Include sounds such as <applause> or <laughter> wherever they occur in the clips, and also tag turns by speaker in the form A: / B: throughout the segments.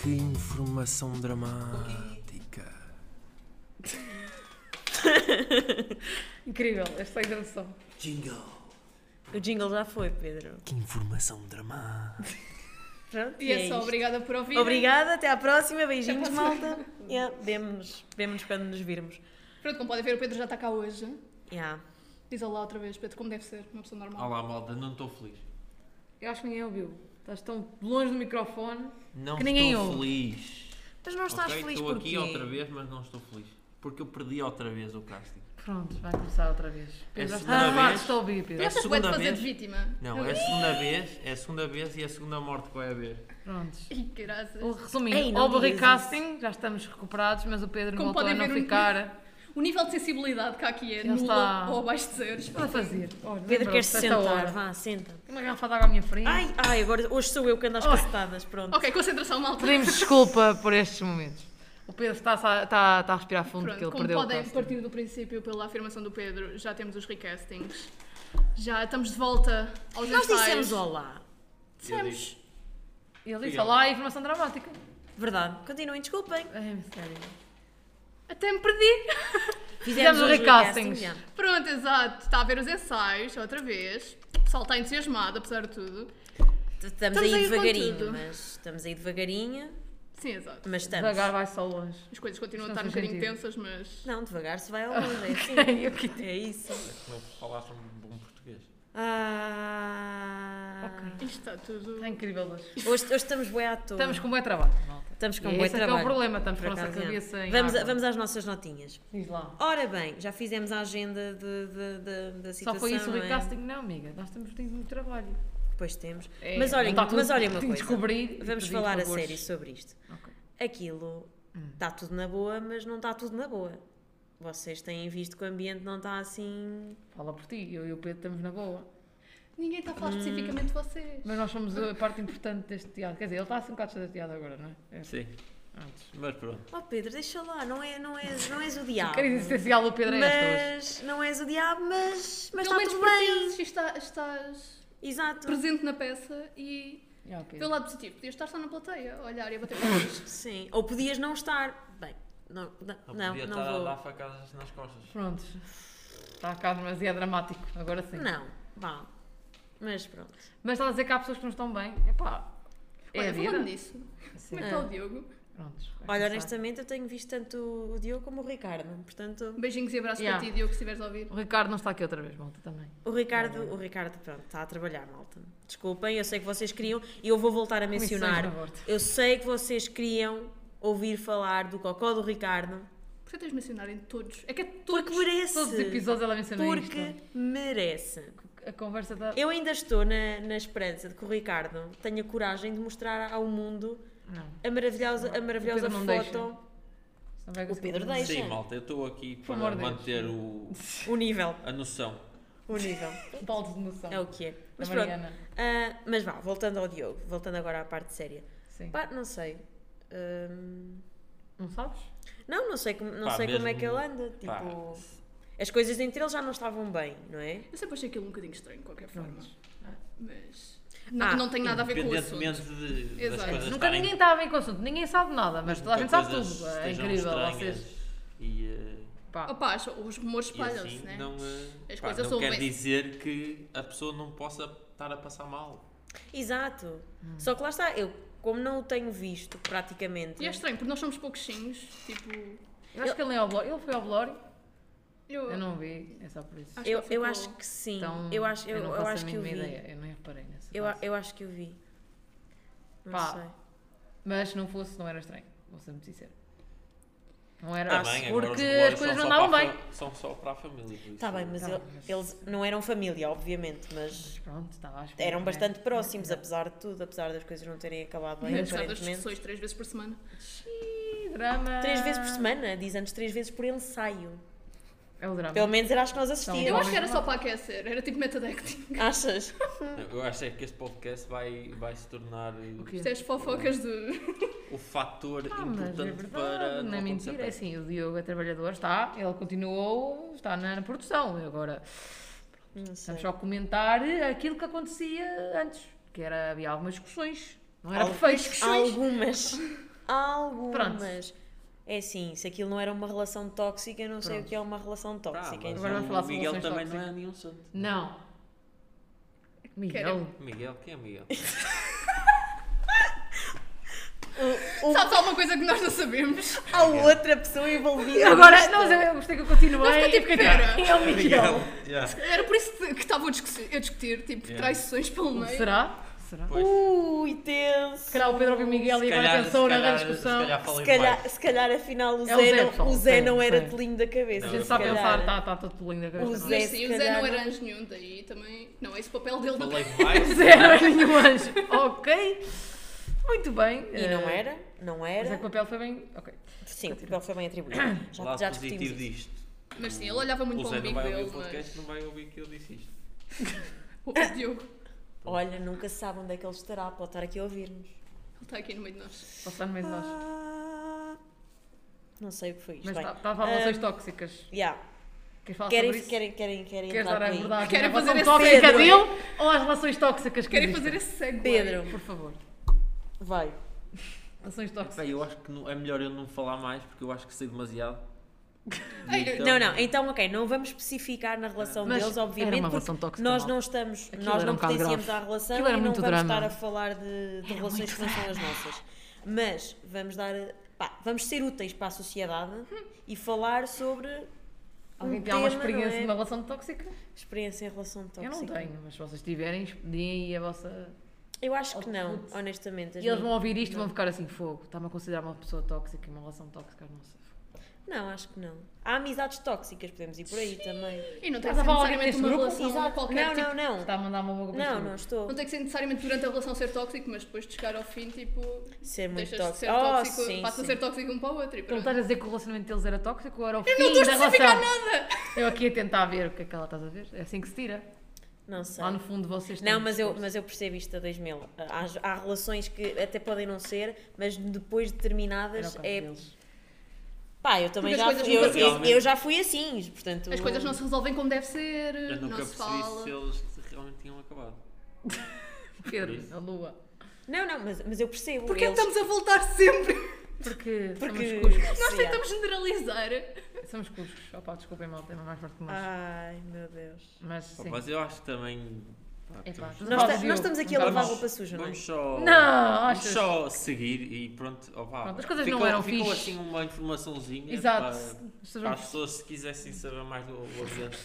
A: Que informação dramática.
B: Incrível, esta introdução.
A: Jingle.
C: O jingle já foi, Pedro.
A: Que informação dramática.
C: Pronto,
B: E é só,
C: isto.
B: obrigada por ouvir.
C: Obrigada, até à próxima. Beijinhos,
B: Até à próxima.
C: malta. <laughs> Yeah, Vemo-nos vemo-nos quando nos virmos.
B: Pronto, como podem ver, o Pedro já está cá hoje.
C: Yeah.
B: Diz olá outra vez, Pedro, como deve ser, uma pessoa normal.
A: Olá, malda, não estou feliz.
D: Eu acho que ninguém ouviu. Estás tão longe do microfone.
A: Não
D: Que ninguém
A: estou
D: ouve.
A: feliz.
C: Mas não estás
A: Ok?
C: feliz
A: Estou
C: porquê?
A: aqui outra vez, mas não estou feliz. Porque eu perdi outra vez o casting.
D: Pronto, vai começar outra vez.
A: É a
D: Pedro, já
A: segunda
D: estás farto,
A: vez.
D: estou a ouvir, Pedro.
A: É a
B: Gostas bué de
A: segunda
B: fazer
A: vez?
B: de vítima?
A: Não, é a segunda vez, é a segunda vez e é a segunda morte que vai haver.
D: Prontos.
B: Ih, que graças.
D: O- Resumindo,
C: Ei, não
D: houve o
C: digas
D: recasting, já estamos recuperados, mas o Pedro
B: Como
D: voltou a
B: podem
D: não
B: ver, o-
D: ficar.
B: O nível de sensibilidade que há aqui é
D: Já está.
B: nula ou abaixo de zero.
D: O que vai é fazer? Olha,
C: Pedro,
D: lembrou-se
C: queres
D: desta
C: sentar?
D: hora.
C: Vá, senta.
D: Tem uma garrafa de água à minha frente.
C: Ai, ai, agora hoje sou eu que ando às cacetadas, pronto.
B: Ok, concentração, malta.
D: Pedimos desculpa por estes momentos. O Pedro está, a- está- está a respirar fundo porque
B: Pronto,
D: ele
B: como
D: perdeu o
B: podem
D: casting.
B: partir do princípio pela afirmação do Pedro, já temos os recastings. Já estamos de volta aos
C: Nós
B: ensaios.
C: dissemos olá.
B: Dissemos.
D: Ele disse,
A: Obrigado.
D: olá, informação dramática.
C: Verdade. Continuem, desculpem.
D: Ai, sério.
B: Até me perdi. <laughs>
D: Fizemos o
C: hoje
D: recastings.
C: recasting, já.
B: Pronto, exato. Está a ver os ensaios, outra vez. O pessoal está entusiasmado, apesar de tudo.
C: Estamos,
B: a ir
C: aí
B: com
C: devagarinho,
B: tudo.
C: mas estamos aí devagarinho,
B: Sim, exato.
C: mas estamos.
D: Devagar vai só longe.
B: As coisas continuam a
D: Isso
B: estar
D: não
B: um
D: faz
B: bocadinho
D: sentido.
B: tensas, mas.
C: Não, devagar se vai ao longe, é assim. <laughs>
D: Eu que
C: É isso.
A: Não falaste um bom português.
C: Ah.
B: Isto está tudo.
D: Está É incrível hoje.
C: Hoje, hoje estamos bem à toa.
D: Estamos com um bom trabalho, malta.
C: Estamos com
D: E
C: um bom
D: esse é que é o
C: trabalho.
D: problema, estamos
C: por
D: com a nossa
C: acaso, é.
D: cabeça em
C: vamos, a-
D: água.
C: vamos às nossas notinhas.
D: Diz lá.
C: Ora bem, já fizemos a agenda de, de- de- da situação.
D: Só foi isso o
C: não é?
D: recasting? Não, amiga, nós temos tido muito trabalho.
C: Pois temos.
D: É,
C: mas
D: não
C: olhem,
D: está tudo <laughs>
C: mas olhem uma
D: de
C: coisa.
D: descobrir e
C: Vamos
D: pedir
C: falar a
D: favores.
C: sério sobre isto.
D: Ok.
C: Aquilo está tudo na boa, mas não está tudo na boa. Vocês têm visto que o ambiente não está assim.
D: Fala por ti, eu e o Pedro estamos na boa.
B: Ninguém está a falar especificamente de vocês.
D: Mas nós somos a parte importante deste teatro. Quer dizer, ele está assim um bocado chateado agora, não é? é?
A: Sim,
D: Antes.
A: mas pronto.
C: Oh Pedro, deixa lá, não, é, não, és,
D: <laughs>
C: não és o diabo.
D: A crise essencial do Pedro é esta hoje.
C: Mas não és o diabo, mas, mas
B: Pelo
C: está
B: menos
C: tudo bem.
B: pertences e está- estás
C: Exato.
B: presente na peça e.
D: Já, o Pedro.
B: Pelo lado positivo, podias estar só na plateia, a olhar e a bater palmas.
C: Sim. Ou podias não estar. Bem, não, não,
A: Não,
C: não,
A: podia
C: não
A: estar
C: vou.
A: a dar facadas nas costas.
D: Pronto. Está a ficar demasiado dramático, agora sim.
C: Não, vá. Mas pronto.
D: Mas está a dizer que há pessoas que não estão bem. Epá, é
B: Olha,
D: a
B: falando
D: vida.
B: nisso,
D: Sim.
B: como é que está o Diogo?
D: Prontos, vai
C: Ah. Olha,
D: começar.
C: honestamente, eu tenho visto tanto o Diogo como o Ricardo. Portanto,
B: Beijinhos e abraços
D: Yeah.
B: para ti, Diogo, se estiveres a ouvir.
D: O Ricardo não está aqui outra vez, malta, também.
C: o Ricardo,
A: Uhum.
C: o Ricardo pronto, está a trabalhar, malta. Desculpem, eu sei que vocês queriam, e eu vou voltar a
D: Comissões
C: mencionar.
D: de aborto.
C: Eu sei que vocês queriam ouvir falar do cocó do Ricardo,
B: Porquê tens de mencionar em todos? É que é todos.
C: porque merece.
D: Todos os episódios ela menciona
C: porque merece.
D: isto. A conversa está...
C: Eu ainda estou na, na esperança de que o Ricardo tenha coragem de mostrar ao mundo
D: Não,
C: a maravilhosa, a maravilhosa
D: não
C: foto.
D: deixa. isso não vai
C: O
D: conseguir.
C: Pedro Deixa.
A: Sim, malta, eu estou aqui para
D: amor de Deus.
A: manter o,
C: O nível,
A: a noção.
C: o nível.
D: Balde Um de noção.
C: É o que é. Mas
D: da
C: pronto.
D: Mariana.
C: Ah, mas vá, voltando ao Diogo, voltando agora à parte séria.
D: Sim.
C: Pá, não sei. Hum,
D: Não sabes?
C: não, não sei, como, não
A: Pá,
C: sei como é
A: mesmo-
C: que ele anda. Tipo,
A: Pá,
C: as coisas entre eles já não estavam bem, não é?
B: Eu sempre achei aquilo um bocadinho estranho, de qualquer forma.
D: Pronto.
B: Mas. Não,
C: Ah,
B: não tem nada a ver com o assunto.
A: independentemente de, das
B: Exato.
A: coisas
D: Nunca
A: estarem-
D: ninguém está bem com o assunto, ninguém sabe nada, mas toda a gente sabe
A: coisas
D: tudo. É
A: estejam
D: incrível,
A: estranhas
D: vocês.
A: E, eh,
D: Pá,
B: Opa, acho- os rumores
A: e
B: espalham-se,
A: assim,
B: né?
A: não, eh,
B: As
A: pá,
B: coisas
A: não quer
B: ouvem-se.
A: dizer que a pessoa não possa estar a passar mal.
C: Exato.
D: Hum.
C: Só que lá está, eu, como não o tenho visto praticamente.
B: E é estranho, porque nós somos pouquinhos. Tipo.
D: eu acho que ele é ao Blório. Ele foi ao Blório?
B: Eu,
D: Eu não vi, é só por isso.
B: Acho que
C: Eu,
B: ele
C: eu
B: ficou-
C: acho que sim.
D: Então,
C: Ah, eu acho, eu,
D: não
C: eu
D: faço
C: acho
D: a
C: que eu
D: mínima
C: vi.
D: ideia, eu não reparei nessa
C: Eu, a-
D: fase.
C: eu acho que eu vi. Não
D: Pá,
C: sei.
D: Mas se não fosse, não era estranho, vou ser muito sincero. Não era
A: Também, Tá agora os
D: Ah, porque
A: rumores
D: as coisas não
A: são
D: andavam
A: só para
D: bem.
A: a fa- São só para a família.
C: Está
A: por isso. é
C: bem, mas
D: Tá
C: ele-
D: bem, mas-
C: eles não eram família, obviamente, mas
D: Mas pronto, estava à espera,
C: eram
D: né?
C: bastante próximos, apesar de tudo, apesar das coisas não terem acabado bem,
B: Temos estado as
C: aparentemente.
B: discussões três vezes por semana.
D: Xiii, drama.
C: Três vezes por semana, diz antes três vezes por ensaio.
D: É o drama.
C: Pelo menos era as que nós
D: Então,
B: Eu
C: assistíamos.
B: acho que era só para aquecer, era tipo metadacting.
D: <laughs>
C: Achas?
A: Eu acho é que este podcast vai, vai se tornar eh,
D: O quê?
B: Isto é as fofocas do.
A: o fator
D: Ah, mas é
A: importante
D: verdade,
A: para.
D: não é
A: acontecer
D: mentira. É
A: perto.
D: assim, o Diogo é trabalhador, está, ele continuou, está na, na produção. E Agora,
C: Não sei.
D: estamos só a comentar aquilo que acontecia antes, que era, havia algumas discussões, não era
C: Al-
D: perfeito.
C: Algumas. Algumas. É assim, se aquilo não era uma relação tóxica, eu não sei o
D: Pronto. Tá
C: que é uma relação
A: Pá,
C: tóxica.
A: mas
D: Agora vamos falar
A: o
D: sobre
A: Miguel
D: relações
A: também não é
D: tóxicas.
A: nenhum santo.
D: Não. É Miguel.
A: Miguel, quem é Miguel?
C: O- o-
B: Sabes alguma coisa que nós não sabemos?
C: há outra pessoa envolvida.
D: <laughs> Agora, é-
C: nisto.
D: não, mas eu gostei que eu continuei.
B: Nós que tipo que era.
C: É o Miguel.
A: <laughs> Yeah.
B: Era por isso que estava a discutir, a discutir, tipo,
A: Yeah.
B: traições pelo meio.
D: Será? Será?
A: Pois.
C: Ui,
D: Se
C: tenso.
D: calhar o Pedro ouviu o Miguel e agora pensou na grande discussão.
A: Se calhar falei
C: Se calhar,
A: mais.
C: se calhar afinal o
D: É
C: Zé,
D: o Zé,
C: não,
D: pessoal,
C: o Zé
D: sim,
C: não era
D: sim.
C: telinho da cabeça.
D: A
A: Não,
D: gente
A: se
D: só a
A: calhar.
D: pensar, está tá, tá tudo lindo agora.
C: O
D: não é? <laughs>
C: Zé-
B: Mas
C: se
B: sim, o Zé não
C: calhar
B: era
C: não.
B: anjo nenhum, daí também não é esse o papel dele na
A: Falei
B: Terra.
A: mais.
D: Zé não é <laughs> nenhum anjo. ok. Muito bem.
C: E não
D: Eh,
C: era? Não
D: Mas é
C: era?
D: que o papel foi bem. Ok.
C: Sim, o papel foi
D: <coughs>
C: bem atribuído.
A: O
C: Já,
A: lado
C: já
A: positivo
C: discutimos isso.
A: disto.
B: Mas sim, ele olhava muito
A: o
B: para o
A: Zé não
B: umbigo
A: vai ouvir
B: dele,
A: o podcast,
B: mas...
A: não vai ouvir que eu disse isto.
B: O Diogo,
C: Olha, nunca se sabe onde é que ele estará. Pode estar aqui a ouvir-nos.
B: ele está aqui no meio de nós.
D: Posso estar no meio de nós.
C: Ah, Não sei o que foi isto.
D: Mas
C: bem.
D: tá- estava a relações
C: Ah,
D: tóxicas.
C: yeah.
D: Queres falar sobre
C: querem,
D: isso?
C: querem, querem, querem
D: Queres um
C: entrar
D: dar a
C: por aí?
D: abordagem?
B: Querem
D: à
B: fazer
D: relação
B: esse
D: tóxica
C: Pedro?
D: dele ou às relações tóxicas que
B: Querem
D: existem?
B: fazer esse segue.
C: Pedro.
D: Por favor.
C: Vai.
D: Relações tóxicas.
A: Bem, eu acho que não- é melhor eu não falar mais porque eu acho que
D: <laughs>
A: sei demasiado. E
B: Ei,
A: então-
C: Não, não, então ok, não vamos especificar na relação
D: Mas
C: deles,
D: era
C: obviamente.
D: uma
C: porque
D: relação tóxica,
C: nós
D: malta.
C: não estamos,
D: Aquilo
C: nós
D: era
C: não
D: um bocado
C: pertencíamos
D: grave.
C: à relação
D: Aquilo era
C: e não
D: muito
C: vamos
D: drama.
C: estar a falar de, de
D: Era
C: relações
D: muito
C: que não são as nossas. Mas vamos dar, pá, vamos ser úteis para a sociedade e falar sobre
D: Hum. Alguém
C: um
D: tem alguma
C: tema, não
D: experiência
C: é?
D: numa relação tóxica?
C: experiência em relação tóxica.
D: Eu não tenho, mas se vocês tiverem, deem aí a vossa.
C: Eu acho
B: Oh,
C: que não,
D: Output.
C: honestamente. as
D: E eles
C: minhas-
D: vão ouvir isto e vão ficar assim, fogo. Está-me a considerar uma pessoa tóxica e uma relação tóxica, não sei.
C: Não, acho que não. Há amizades tóxicas, podemos ir por aí também.
B: E não
D: Estás
B: tem que
D: a
B: ser
D: falar alguém
B: necessariamente
D: deste
B: uma
D: grupo?
B: relação
C: Exato.
B: qualquer,
C: não,
B: tipo,
C: não, não.
D: Está a mandar uma boca para
C: Não,
D: cima.
C: não estou.
B: assim. Não tem que ser necessariamente durante a relação ser tóxico, mas depois de chegar ao fim, tipo,
C: Ser muito
B: deixas de
C: tóxico.
B: ser
C: Oh,
B: tóxico,
C: sim,
B: passas
C: sim.
B: a ser tóxico um para o outro e
D: Então
B: pronto.
D: estás a dizer que o relacionamento deles era tóxico ou era o fim
B: não estou a
D: da
B: especificar
D: relação?
B: nada!
D: Eu aqui a tentar ver o que é que ela estás a ver. É assim que se tira.
C: Não sei.
D: Lá no fundo vocês têm
C: Não, mas eu,
D: isso.
C: mas eu percebo isto da 2000. Há, há relações que até podem não ser, mas depois de
D: Era o
C: terminadas
D: caso
C: é.
D: deles.
C: Pá, eu também
B: Porque
C: já
B: as
C: fui,
B: coisas
C: eu,
A: nunca-
C: eu,
A: Realmente.
C: eu já fui assim, portanto.
B: As coisas não se resolvem como deve ser,
A: Eu nunca
B: não se
A: percebi
B: fala.
A: se eles realmente tinham acabado.
D: Pedro, a lua.
C: Não, não, mas, mas eu percebo.
B: Porquê
C: eles-
B: estamos a voltar sempre?
D: Porque,
C: Porque.
D: somos cuscos.
B: Nós
C: Sim,
B: tentamos generalizar.
D: Somos cuscos. Opa, desculpem mal, tema mais forte que
C: há.
D: nós.
C: Ai, meu Deus.
D: Mas sim.
A: Mas eu acho que também. pá,
D: É pá,
A: temos-
D: tu
C: Nós,
D: fazes
C: ta-
D: eu.
C: nós estamos aqui a
D: Vamos-
C: lavar roupa suja, não é?
A: Vamos um só.
D: Não,
A: Vamos
D: achas?
A: só seguir e pronto. ó pá,
D: Pronto, as coisas
A: ficou,
D: não eram
A: ficou
D: fixe.
A: assim uma informaçãozinha
D: Exato.
A: para-
D: Estás
A: para,
D: a
A: as pessoas se quisessem saber mais do do Oriente.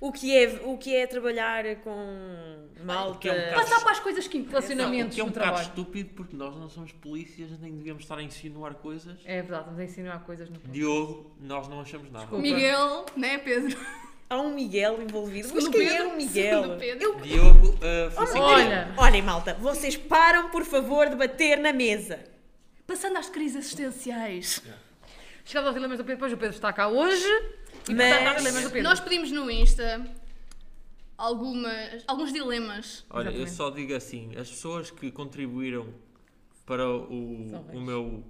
C: O que é, o que é trabalhar com malta.
A: que é um bocado-
B: Passar para as coisas que interessam.
D: Relaciona- Relacionamentos
A: o que é um
D: no
A: bocado
D: trabalho.
A: estúpido porque nós não somos polícias nem devíamos estar a insinuar coisas.
D: É verdade, estamos a insinuar coisas
C: Oh,
D: no ponto.
A: Diogo, nós não achamos nada.
D: Desculpa.
B: Miguel, né, Pedro?
C: Há um Miguel envolvido. Mas
B: Segundo
C: quem é
B: Pedro,
C: o Miguel?
B: segundo Pedro.
A: Diogo, ah, foi sem
D: olha.
A: querer.
C: Olhem, malta, vocês param, por favor, de bater na mesa.
B: Passando às crises existenciais.
D: Chegado aos dilemas do Pedro, depois o Pedro está cá hoje. E
C: Mas-
D: está a dilemas do Pedro.
B: Nós pedimos no Insta algumas, alguns dilemas.
A: Olha, eu
D: Exatamente.
A: só digo assim: as pessoas que contribuíram para o,
D: São
A: o
D: reis.
A: meu.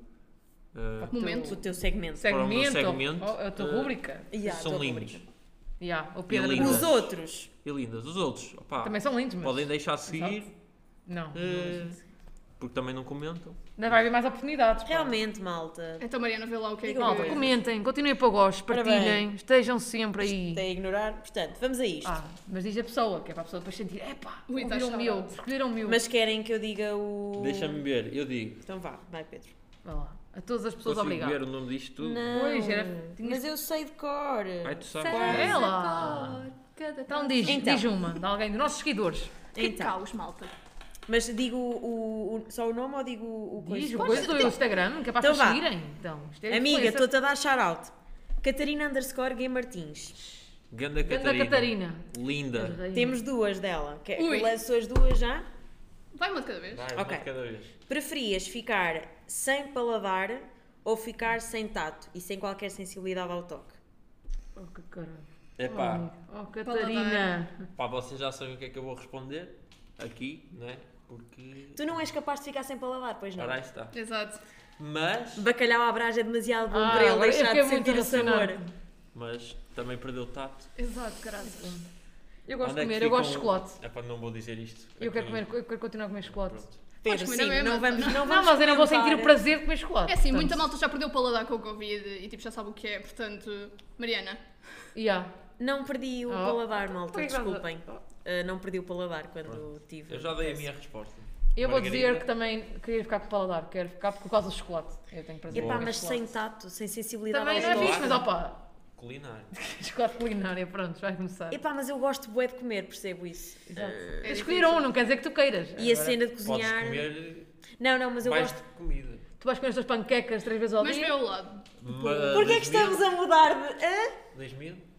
A: ah,
B: Momento.
C: O teu segmento.
A: Para o meu
D: segmento,
A: segmento,
D: ou- ou a tua
A: eh,
D: rúbrica.
C: Yeah,
A: são
C: estou a
A: lindos.
C: publicar.
D: Yeah, o
A: E
D: Pedro é
A: lindas.
C: Os outros.
A: E lindas. Os outros, opá,
D: Também são lindos, mas.
A: podem deixar seguir,
D: Não. não
A: Eh,
D: deixa-se.
A: porque também não comentam.
D: Ainda vai haver mais oportunidades. pá.
C: Realmente, malta.
B: Então, Mariana, vê lá o que é que
C: Diga lá,
D: Malta, comentem, continuem para o gosto,
C: Ora
D: partilhem, estejam sempre aí.
C: Isto é ignorar. Portanto, vamos a isto.
D: Ah, mas diz a pessoa, que é para a pessoa depois sentir, epá,
B: Ui, tá
D: ouviram o meu,
B: chato.
D: escolheram o meu.
C: Mas querem que eu diga o.
A: Deixa-me ver, eu digo.
C: Então vá, vai, Pedro.
D: Vai lá, a todas as pessoas
A: Consigo
D: obrigado.
A: ver o nome disto tudo?
D: Pois, era-
C: Hum, Mas
D: tinhas-
C: eu sei de cor.
A: Ai, tu sabes.
D: Sei.
A: Quase.
D: Ela. Então diz,
C: Então.
D: diz uma, de alguém dos nossos seguidores.
B: Que
C: Então,
B: caos, malta.
C: mas digo o, o- só o nome ou digo o o
D: Diz
C: coisa?
D: o coisa do Instagram, que é para
C: Então
D: as
C: vá.
D: pessoas seguirem. Então, isto é
C: Amiga,
D: influencer.
C: estou-te a dar shout-out. Catarina underscore Gay Martins.
A: Ganda
D: Ganda
A: Catarina.
D: Catarina.
A: Linda.
D: Temos...
C: Temos duas dela. Que,
B: Ui.
C: lançou as duas já.
B: Vai uma de cada vez.
A: Vai,
C: Ok.
A: uma de cada vez.
C: Preferias ficar sem paladar ou ficar sem tato e sem qualquer sensibilidade ao toque?
D: Oh, que caralho.
A: Epá,
D: Oh, Catarina.
A: pá, vocês já sabem o que é que eu vou responder aqui, não é? Porque.
C: Tu não és capaz de ficar sem paladar, pois não?
A: Ora, aí está.
B: Exato.
A: Mas,
C: Bacalhau à brás é demasiado bom
D: Ah,
C: para ele
D: agora eu
C: deixar
D: fiquei
C: de
D: muito
C: sentir o sabor.
D: emocionada.
A: mas também perdeu o tato.
B: Exato, caralho.
D: Eu gosto
A: Onde
D: de
A: é que
D: comer, eu gosto de
A: ficam-
D: chocolate.
A: Epá, não vou dizer isto.
D: Eu quero,
A: Aqui-
D: comer, eu quero continuar a comer chocolate.
A: Pronto.
C: Pedro,
B: comer na
C: sim,
B: mesma,
C: não vamos, não
B: então.
D: <laughs> Não,
C: vamos
D: mas eu não vou sentir o
C: comentar.
D: prazer de comer chocolate.
B: É assim,
D: portanto.
B: muita malta já perdeu o paladar com o Covid e tipo, já sabe o que é, portanto, Mariana. é
D: Yeah.
C: Não perdi o
D: Oh.
C: paladar, malta,
D: Por que estás a-
C: desculpem. Ah, não perdi o paladar quando tive.
A: Eu já dei a minha resposta.
D: Eu vou dizer que
A: Margarida.
D: também queria ficar com o paladar, quero ficar por causa do chocolate. Eu tenho prazer. em
C: Epá,
D: comer
C: mas
D: chocolate.
C: sem tato, sem sensibilidade
D: Também
C: ao
D: não é
C: gosto.
D: fixe, mas opa, <laughs>
A: Culinário.
D: chocolate culinária, pronto, vai começar.
C: Epá, mas eu gosto bué de comer, percebo isso.
D: Exato.
B: É
D: Escolher
B: difícil.
D: um, não quer dizer que tu queiras.
C: E a
D: Agora,
C: cena de
A: Podes
C: cozinhar.
A: comer
C: Não, não, mas eu
A: mais
C: gosto.
A: de comida.
D: Tu vais comer as tuas panquecas três vezes ao
B: Mas vê
D: dia.
B: ao lado.
A: uh,
C: Porquê é que estamos a mudar de. Hã?
A: 2000?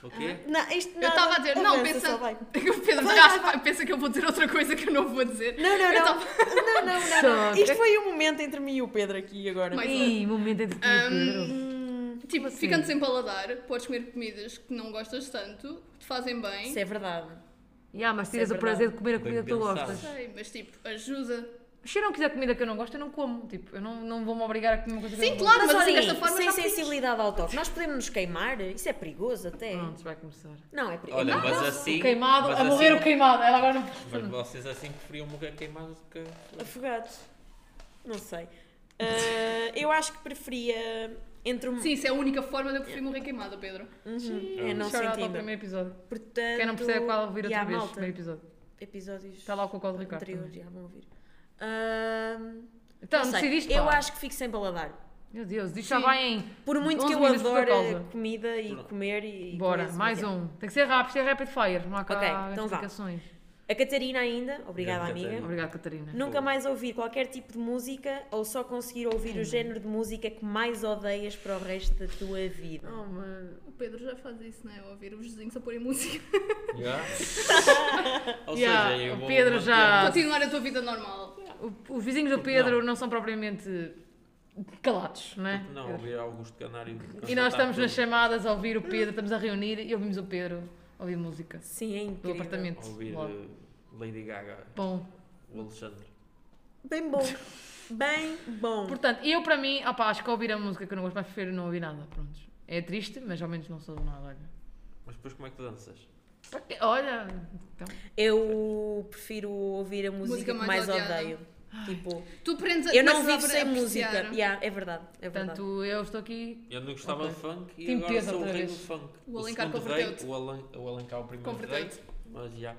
A: O quê?
C: Não, isto não.
B: eu estava a dizer, não,
C: avança,
B: pensa.
C: só
B: <laughs>
C: vai.
B: O Pedro
C: Vai,
B: já pensa que eu vou dizer outra coisa que eu não vou dizer.
C: Não, não,
B: Eu
C: não.
B: tava-
C: <laughs> Não, não, não,
D: Só-
C: não. Isto foi um momento entre mim e o Pedro aqui agora.
B: Mais um.
D: Ih, momento entre tu e o Pedro.
C: Hum,
B: Tipo,
D: assim?
B: ficando sem paladar, podes comer comidas que não gostas tanto, que te fazem bem.
C: Isso é verdade.
D: Yeah, mas
C: Isso é
D: tiras o
C: verdade.
D: prazer de comer a
A: Bem
D: comida que tu
A: pensado.
D: gostas.
B: Sei, mas tipo, ajuda.
D: Se eu não quiser comida que eu não gosto, eu não como. Tipo, eu não, não vou-me obrigar a comer uma coisa que
B: Sim,
D: eu não
B: claro,
C: Mas,
B: mas, assim,
C: olha,
B: desta forma
C: sem
B: já podes.
C: sensibilidade ao toque. Nós podemos nos queimar? Isso é perigoso até.
D: gosto. Pronto, vai começar.
C: Não, é perigoso.
A: Olha,
C: Não,
A: mas
C: não.
A: assim.
D: Ah, O queimado,
A: mas
D: a morrer
A: assim-
D: o queimado. Ela agora não.
A: Mas vocês assim preferiam morrer queimados do que.
C: Ah, Afogados. Não sei. Ah, eu acho que preferia entre um.
B: Sim, isso é a única forma de eu preferir morrer queimada, Pedro.
C: Uhum,
D: <laughs>
C: É não
D: Shout out ao
C: sentindo.
D: primeiro episódio.
C: Portanto,
D: Quem não percebe qual ouvir outra
C: yeah,
D: vez,
C: malta,
D: primeiro episódio.
C: episódios
D: Está Tá lá o Cocó do Ricardo.
C: anteriores,
D: também.
C: já vão ouvir. Ahm,
D: Então,
C: não sei,
D: decidiste.
C: Eu
D: pá.
C: acho que fico sem paladar.
D: Meu Deus, isto já
B: Sim.
D: vai em.
C: Por muito
D: 11
C: que eu
D: minutos por
C: adore
D: causa.
C: comida e comer e.
D: Bora,
C: coisas,
D: mais
C: mas é.
D: um. Tem que ser rápido, isto é rapid fire, não há cá
C: Ok, então vá.
D: explicações.
C: A Catarina ainda, obrigada
A: Grande
C: amiga.
A: Catarina.
D: Obrigada, Catarina.
C: Nunca mais ouvir qualquer tipo de música ou só conseguir ouvir o género de música que mais odeias para o resto da tua vida.
D: Oh, mas...
B: O Pedro já faz isso, não é? Ouvir os vizinhos a porem música.
A: Já? <laughs> Ou
D: Yeah,
A: seja, eu
D: o
A: vou
D: Pedro
A: manter- um
D: já- Ah.
B: <laughs> Continuar a tua vida normal.
D: O- Os vizinhos do Pedro não. são propriamente calados, não é?
A: Não,
D: Pedro?
A: ouvir Augusto Canário.
D: e nós estamos nas
A: chave.
D: chamadas a ouvir o Pedro, estamos a reunir e ouvimos o Pedro a ouvir música
C: Sim, é
D: do
C: incrível.
D: apartamento.
A: Ouvir
D: Bora.
A: eh, Lady Gaga,
D: Bom,
A: o Alexandre.
C: Bem bom. Bem bom.
D: portanto, eu para mim, opá, acho que ouvir a música que eu não gosto, mas prefiro não ouvir nada, pronto. É triste, mas ao menos não sou nada, olha.
A: Mas depois como é que tu danças?
D: Para quê? Olha, então,
C: É Eu prefiro ouvir a música,
B: Música
C: que mais
B: mais odiada.
C: odeio. Tipo,
B: Tu prendes a
C: eu não
B: começas a
C: vivo sem
B: apreciar.
C: música. Yeah, é verdade, é verdade.
D: portanto, eu estou aqui
A: Eu não gostava
D: Ok.
A: de funk e
D: Team
A: agora
D: Pedro
A: sou o
D: outra
A: rei do
D: vez.
A: funk.
B: O Alencar
A: segundo
B: converteu-te.
A: rei, O, Alen, o Alencar é o primeiro rei.
B: Converteu-te.
A: Mas já.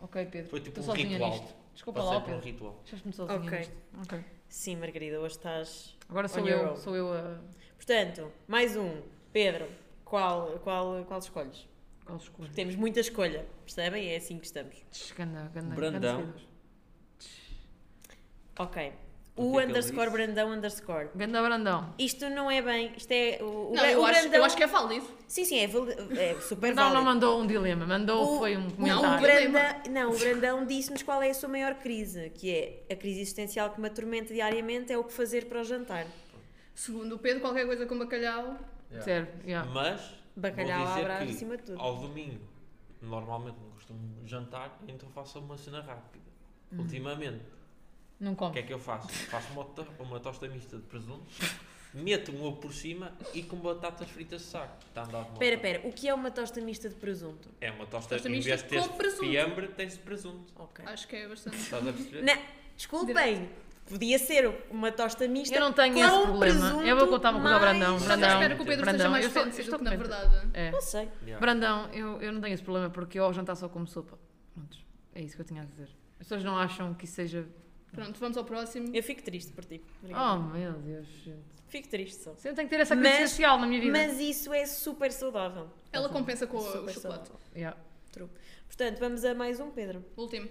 D: Ok, Pedro.
A: Foi tipo
D: tu
A: um
D: sozinha
A: ritual.
D: nisto. Desculpa
A: Passei
D: lá,
A: por um
D: Pedro.
A: ritual.
D: Deixaste-me sozinha
C: Ok.
D: nisto. Ok.
C: Sim, Margarida, hoje estás.
D: Agora sou
C: On your
D: eu,
C: own.
D: sou eu a...
C: Portanto, mais um. Pedro, qual, qual, qual escolhes?
D: Qual escolha?
C: Temos muita escolha, percebem? É assim que estamos.
D: Tch, Ganda, ganda, ganda
A: Brandão.
D: seguidores.
C: Ok. O
A: O que é que ele
C: underscore
A: disse?
C: Brandão underscore.
D: Ganda Brandão.
C: Isto não é bem. Isto é. O, o
B: Não,
C: Bra-
B: eu
C: o
B: acho,
C: Brandão.
B: eu acho que é válido.
C: Sim, sim, é, vali- é super
D: Brandão não
C: válido.
D: mandou um dilema, mandou foi um
C: o
D: comentário.
B: dilema.
C: Brandão, não, o Brandão disse-nos qual é a sua maior crise, que é a crise existencial que me atormenta diariamente é o que fazer para o jantar.
B: Segundo o Pedro, qualquer coisa com bacalhau.
A: Yeah.
D: Sério, yeah.
A: Mas,
C: Bacalhau
A: vou
C: à
A: dizer
C: brás
A: que
C: acima de tudo.
A: ao domingo, normalmente não costumo jantar, então faço uma cena rápida. Ultimamente,
D: Não
A: o que é
D: come.
A: que eu faço? faço uma, to- uma tosta mista de presunto, meto um ovo por cima e com batatas fritas de saco. Está a andar de moda.
C: Espera, espera, o que é uma tosta mista de presunto?
A: É uma tosta,
B: Tosta
A: em
B: mista
A: vez de teres
B: com presunto.
A: fiambre, tens presunto.
C: Ok.
B: Acho que é bastante.
A: Estás a perceber?
C: Não, desculpem, podia ser uma tosta mista.
D: Eu não tenho
C: com
D: esse problema.
C: É um presunto
D: Eu vou contar uma coisa ao Brandão.
C: mais-
B: Só que eu
D: Brandão.
B: espero que o Pedro
D: Brandão,
B: seja mais
D: eu estou-
B: fancy
D: eu estou
B: do que na
D: contente.
B: verdade.
D: É.
C: Não sei.
A: Yeah.
D: Brandão, eu, eu não tenho esse problema porque eu ao jantar só como sopa. Prontos, é isso que eu tinha a dizer. As pessoas não acham que isso seja...
B: Pronto, vamos ao próximo.
C: Eu fico triste por ti. Obrigada.
D: Oh meu Deus, gente.
C: Fico triste só.
D: Eu tenho que ter essa crise
C: Mas-
D: social na minha vida.
C: Mas isso é super saudável.
B: Ela compensa com o- o
C: super
B: chocolate.
C: saudável.
D: Yeah.
C: True. Portanto, vamos a mais um, Pedro.
B: Último.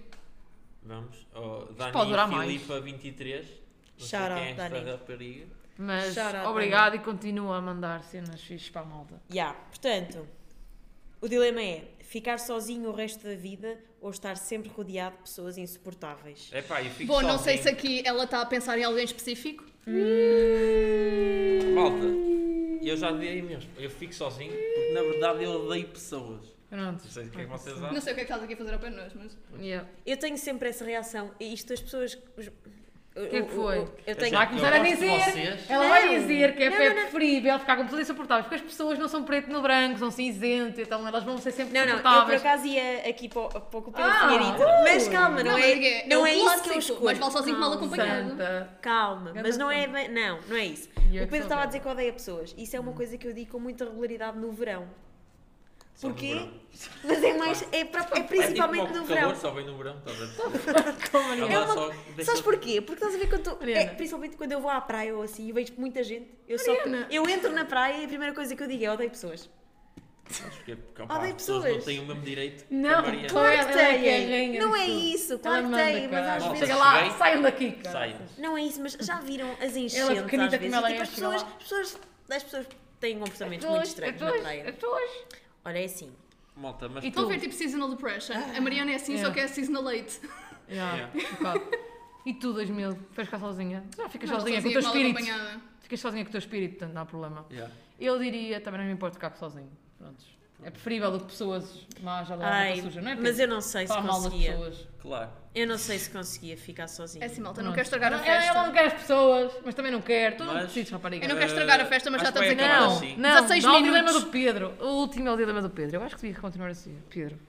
A: Vamos. Oh,
D: pode durar
A: Dani
D: mais.
A: Filipa 23. Não sei
C: Shout
A: quem
C: out,
A: é esta
C: Dani.
A: rapariga.
D: Mas
C: Shout out,
D: obrigado e continua a mandar cenas fixes para a malta.
C: Já, portanto, o dilema é ficar sozinho o resto da vida ou estar sempre rodeado de pessoas insuportáveis.
A: Epá, eu fico
B: Bom, não sei
A: sozinho.
B: se
C: é
B: aqui ela está a pensar em alguém específico.
A: Malta, eu já dei mesmo. Eu fico sozinho porque na verdade eu odeio pessoas.
D: Pronto.
A: Não sei o que é que vocês
B: Não
A: acham.
B: sei o que é que estás aqui a fazer ao pé de nós, mas.
D: Yeah.
C: Eu tenho sempre essa reação. E isto as pessoas. os- O
D: que é que foi?
C: Eu
A: Gente,
C: tenho.
D: Vai começar a
A: eu gosto de
D: dizer.
A: vocês.
D: Ela vai
C: Não.
D: dizer que é
C: Não,
D: pé
C: não, não.
D: preferível ficar com pessoas insuportáveis, porque as pessoas não são preto no branco, são cinzento, então elas vão ser sempre
C: Não, não, eu por
D: insuportáveis.
C: acaso ia aqui para o para o Cupelo
D: Ah,
C: Senhorita.
D: uh!
C: Mas calma, não,
B: mas
C: é, não
B: um
C: é isso que eu
B: clássico,
C: escolho.
B: Mas vale sozinho mal
C: Calma.
B: acompanhado.
D: Santa.
C: Calma,
D: Ganda
C: mas não é
D: cena.
C: bem. Não, não é isso.
D: E eu
C: o
D: que sou
C: Pedro estava
D: bela.
C: a dizer que odeia pessoas. Isso é uma coisa que eu digo com muita regularidade no verão.
A: Só no
C: Porquê?
A: verão.
C: Mas é mais. É, pra- é
A: é
C: principalmente
A: tipo,
C: no
A: o calor
C: verão.
A: Só vem no verão, estás a ver?
C: É
A: Ela
C: uma-
A: só deixa-
C: Sabes porquê? Porque estás a ver quando tu- é,
D: Mariana.
C: principalmente quando eu vou à praia ou assim e vejo muita gente. Eu, só,
D: Mariana.
C: eu entro na praia e a primeira coisa que eu digo é odeio pessoas.
A: Sabes porquê? Porque
C: Ah,
A: opa,
C: dei
A: as pessoas
C: pessoas.
A: não têm o mesmo direito. que a
D: Não,
A: Mariana.
D: claro.
C: Claro
D: ela-
C: que
D: ela é que é
C: têm!
D: rainha
C: Não é
D: disto.
C: isso,
D: Ela
C: claro que
D: manda,
C: têm, mas
D: caralho.
C: às
A: Nossa,
C: vezes.
D: Chega lá,
A: cheguei.
D: saiam daqui, cara.
A: Sai.
C: Não é isso, mas já viram as enchentes
D: pequenita
C: às
D: como
C: vezes?
D: ela
C: E, tipo,
D: é,
C: as
D: chega lá. É
C: pessoas, as pessoas, as pessoas têm comportamentos
D: Pessoas,
C: muito estranhos na
D: pessoas,
C: praia.
D: pessoas.
C: Olha, é assim.
A: Malta, mas
D: E
B: Estão a
D: tu?
B: ver tipo seasonal depression. A Mariana é assim,
D: É.
B: só que é seasonal late.
D: Yeah, um bocado. E tu, 2000, vais ficar sozinha? Já ficas
B: Não,
D: sozinha com o teu
B: sozinha, mal
D: espírito.
B: acompanhada.
D: Ficas sozinha com o teu espírito, portanto não há problema.
A: Yeah.
D: Eu diria, também não me importo ficar sozinho. Prontos. É preferível do que pessoas más à
C: Ai,
D: lata suja, não é?
C: mas
D: Pedro?
C: eu não sei se
D: Fala mal das
C: conseguia.
D: pessoas.
A: Claro.
C: Eu não sei se conseguia ficar sozinha.
B: É assim, malta, não
D: Pronto.
B: quero estragar a
D: Não,
B: festa.
D: Ela é não quer as pessoas, mas também não quer. Tu não
A: Mas-
D: decides, rapariga.
B: Eu não quero estragar a festa, mas
A: Eh, Acho
B: já
A: que
B: estamos
A: vai
B: aqui
A: acabar
B: com
A: assim.
D: Não,
B: 16
D: dá o dilema
B: minutos.
D: do Pedro. O último é o dilema do Pedro. Eu acho que devia continuar assim. Pedro,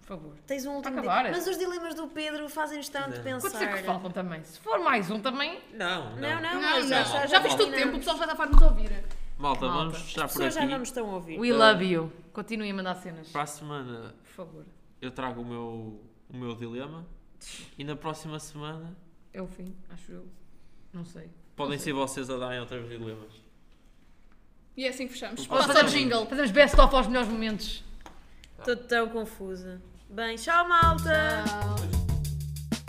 D: por favor.
C: Tens um último
D: acabar.
C: dilema. Mas os dilemas do Pedro fazem-nos tanto de
A: Não.
C: pensar.
D: Quantos é que faltam também? Se for mais um também,
A: Não, não.
C: Não, não,
B: Não,
C: mas
B: não.
A: só-
B: Já
A: fez
B: fez todo o tempo, o
C: terminamos.
B: pessoal já está farto de nos ouvir.
A: Malta,
D: Malta.
A: vamos fechar
C: As
A: por
C: pessoas
A: aqui.
C: já não nos estão a ouvir.
D: we love you. Continue a mandar cenas.
A: Para a semana
D: Por favor.
A: eu trago o meu, o meu dilema e na próxima semana
D: É o fim, acho eu. Não sei.
A: podem ser vocês a darem outros dilemas.
B: E é assim que fechamos.
A: Posso
B: Passa o
A: fazer- um
B: jingle.
D: Fazemos best of aos melhores momentos.
C: Estou tão confusa. Bem, tchau, malta!
B: Tchau.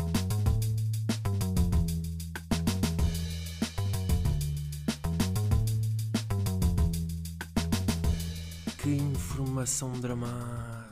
A: Que informação dramática.